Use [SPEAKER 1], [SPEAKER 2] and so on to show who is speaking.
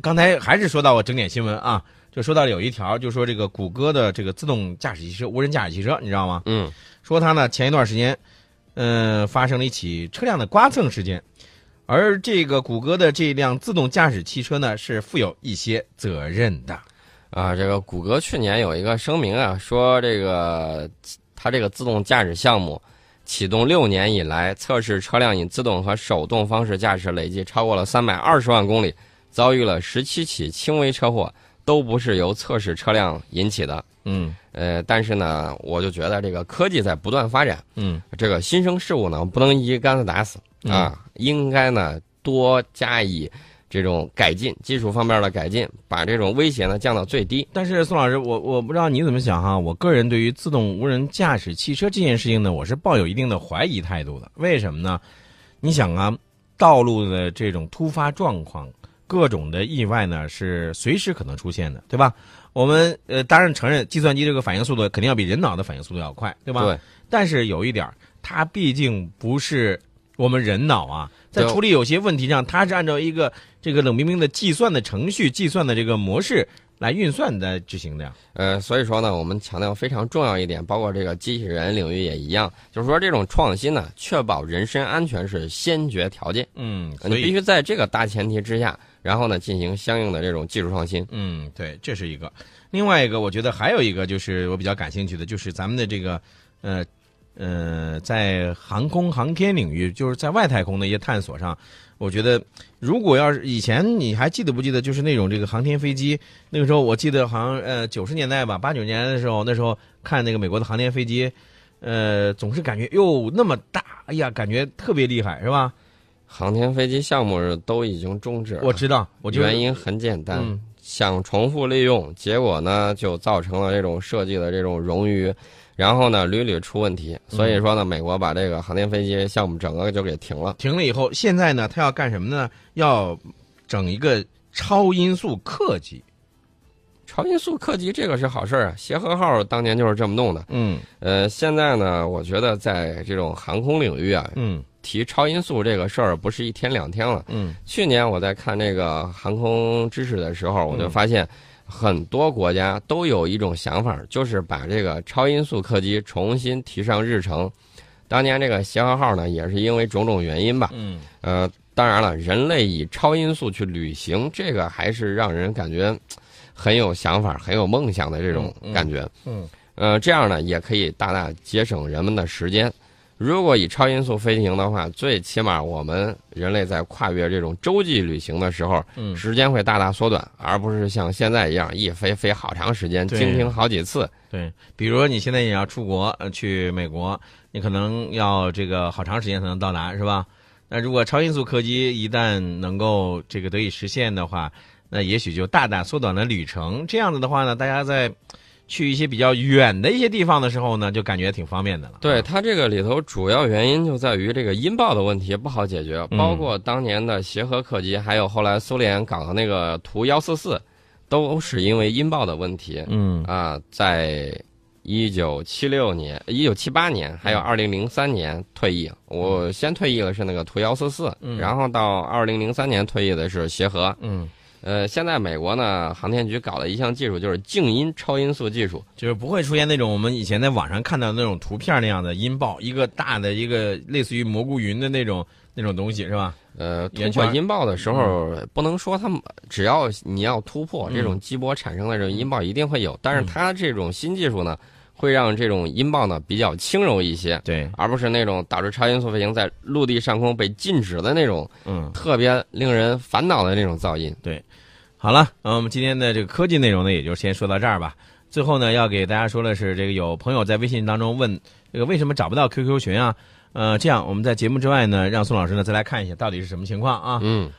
[SPEAKER 1] 刚才还是说到我整点新闻啊，就说到有一条，就说这个谷歌的这个自动驾驶汽车、无人驾驶汽车，你知道吗？
[SPEAKER 2] 嗯，
[SPEAKER 1] 说它呢前一段时间，呃，发生了一起车辆的刮蹭事件，而这个谷歌的这辆自动驾驶汽车呢是负有一些责任的。
[SPEAKER 2] 啊，这个谷歌去年有一个声明啊，说这个它这个自动驾驶项目启动六年以来，测试车辆以自动和手动方式驾驶累计超过了三百二十万公里，遭遇了十七起轻微车祸，都不是由测试车辆引起的。
[SPEAKER 1] 嗯
[SPEAKER 2] 呃，但是呢，我就觉得这个科技在不断发展，
[SPEAKER 1] 嗯，
[SPEAKER 2] 这个新生事物呢，不能一竿子打死啊，应该呢多加以这种改进，技术方面的改进，把这种威胁呢降到最低。
[SPEAKER 1] 但是宋老师，我我不知道你怎么想哈，我个人对于自动无人驾驶汽车这件事情呢，我是抱有一定的怀疑态度的。为什么呢？你想啊，道路的这种突发状况，各种的意外呢，是随时可能出现的，对吧？我们呃，当然承认计算机这个反应速度肯定要比人脑的反应速度要快，对吧？
[SPEAKER 2] 对，
[SPEAKER 1] 但是有一点儿，它毕竟不是我们人脑啊，在
[SPEAKER 2] 对
[SPEAKER 1] 处理有些问题上，它是按照一个这个冷冰冰的计算的程序、计算的这个模式来运算来执行的呀。
[SPEAKER 2] 呃，所以说呢，我们强调非常重要一点，包括这个机器人领域也一样，就是说这种创新呢，确保人身安全是先决条件。
[SPEAKER 1] 嗯，
[SPEAKER 2] 呃
[SPEAKER 1] 所
[SPEAKER 2] 你必
[SPEAKER 1] 以
[SPEAKER 2] 须在这个大前提之下，然后呢进行相应的这种技术创新。
[SPEAKER 1] 嗯，对，这是一个。另外一个，我觉得还有一个就是我比较感兴趣的，就是咱们的这个呃呃，在航空航天领域，就是在外太空的一些探索上，我觉得如果要是以前你还记得不记得，就是那种这个航天飞机，那个时候我记得好像呃九十年代吧，八九年的时候，那时候看那个美国的航天飞机，呃，总是感觉哟那么大，哎呀，感觉特别厉害，是吧？
[SPEAKER 2] 航天飞机项目都已经终止了，
[SPEAKER 1] 我知道，我就
[SPEAKER 2] 原因很简单，
[SPEAKER 1] 嗯
[SPEAKER 2] 想重复利用，结果呢就造成了这种设计的这种冗余，然后呢屡屡出问题。所
[SPEAKER 1] 嗯
[SPEAKER 2] 以说呢，美国把这个航天飞机项目整个就给停了。
[SPEAKER 1] 停了以后，现在呢，他要干什么呢？要整一个超音速客机。
[SPEAKER 2] 超音速客机这个是好事儿啊，协和号当年就是这么弄的。
[SPEAKER 1] 嗯
[SPEAKER 2] 呃，现在呢，我觉得在这种航空领域啊，
[SPEAKER 1] 嗯
[SPEAKER 2] 提超音速这个事儿不是一天两天了。
[SPEAKER 1] 嗯
[SPEAKER 2] 去年我在看这个航空知识的时候，我就发现很多国家都有一种想法，就是把这个超音速客机重新提上日程。当年这个协和号呢，也是因为种种原因吧，
[SPEAKER 1] 嗯，
[SPEAKER 2] 呃，当然了，人类以超音速去旅行，这个还是让人感觉嘖很有想法、很有梦想的这种
[SPEAKER 1] 嗯嗯
[SPEAKER 2] 感觉。
[SPEAKER 1] 嗯
[SPEAKER 2] 呃，这样呢，也可以大大节省人们的时间。如果以超音速飞行的话，最起码我们人类在跨越这种洲际旅行的时候，
[SPEAKER 1] 嗯
[SPEAKER 2] 时间会大大缩短，而不是像现在一样一飞飞好长时间，
[SPEAKER 1] 对
[SPEAKER 2] 经停好几次。
[SPEAKER 1] 对，比如说你现在也要出国，呃，去美国，你可能要这个好长时间才能到达，是吧？那如果超音速客机一旦能够这个得以实现的话，那也许就大大缩短了旅程。这样子的话呢，大家在去一些比较远的一些地方的时候呢，就感觉挺方便的了。
[SPEAKER 2] 对它这个里头主要原因就在于这个音爆的问题不好解决，
[SPEAKER 1] 嗯
[SPEAKER 2] 包括当年的协和客机，还有后来苏联搞的那个图幺四四，都是因为音爆的问题
[SPEAKER 1] 嗯
[SPEAKER 2] 啊，在一九七六年、一九七八年还有
[SPEAKER 1] 嗯
[SPEAKER 2] 二零零三年退役。我先退役了是那个图幺四四，然后到二零零三年退役的是协和。
[SPEAKER 1] 嗯，
[SPEAKER 2] 呃，现在美国呢航天局搞的一项技术就是静音超音速技术。
[SPEAKER 1] 就是不会出现那种我们以前在网上看到的那种图片那样的音爆，一个大的一个类似于蘑菇云的那种那种东西是吧？
[SPEAKER 2] 呃，
[SPEAKER 1] 圆
[SPEAKER 2] 突破
[SPEAKER 1] 圈
[SPEAKER 2] 音爆的时候，不能说他们只要你要突破
[SPEAKER 1] 嗯
[SPEAKER 2] 这种激波产生的这种音爆一定会有，但是
[SPEAKER 1] 嗯
[SPEAKER 2] 它这种新技术呢，会让这种音爆呢比较轻柔一些，
[SPEAKER 1] 对，
[SPEAKER 2] 而不是那种导致超音速飞行在陆地上空被禁止的那种
[SPEAKER 1] 嗯，
[SPEAKER 2] 特别令人烦恼的那种噪音。
[SPEAKER 1] 好了，那我们今天的这个科技内容呢，也就先说到这儿吧。最后呢，要给大家说的是，这个有朋友在微信当中问，这个为什么找不到 QQ 群啊？呃，这样我们在节目之外呢，让宋老师呢再来看一下到底是什么情况啊？
[SPEAKER 2] 嗯。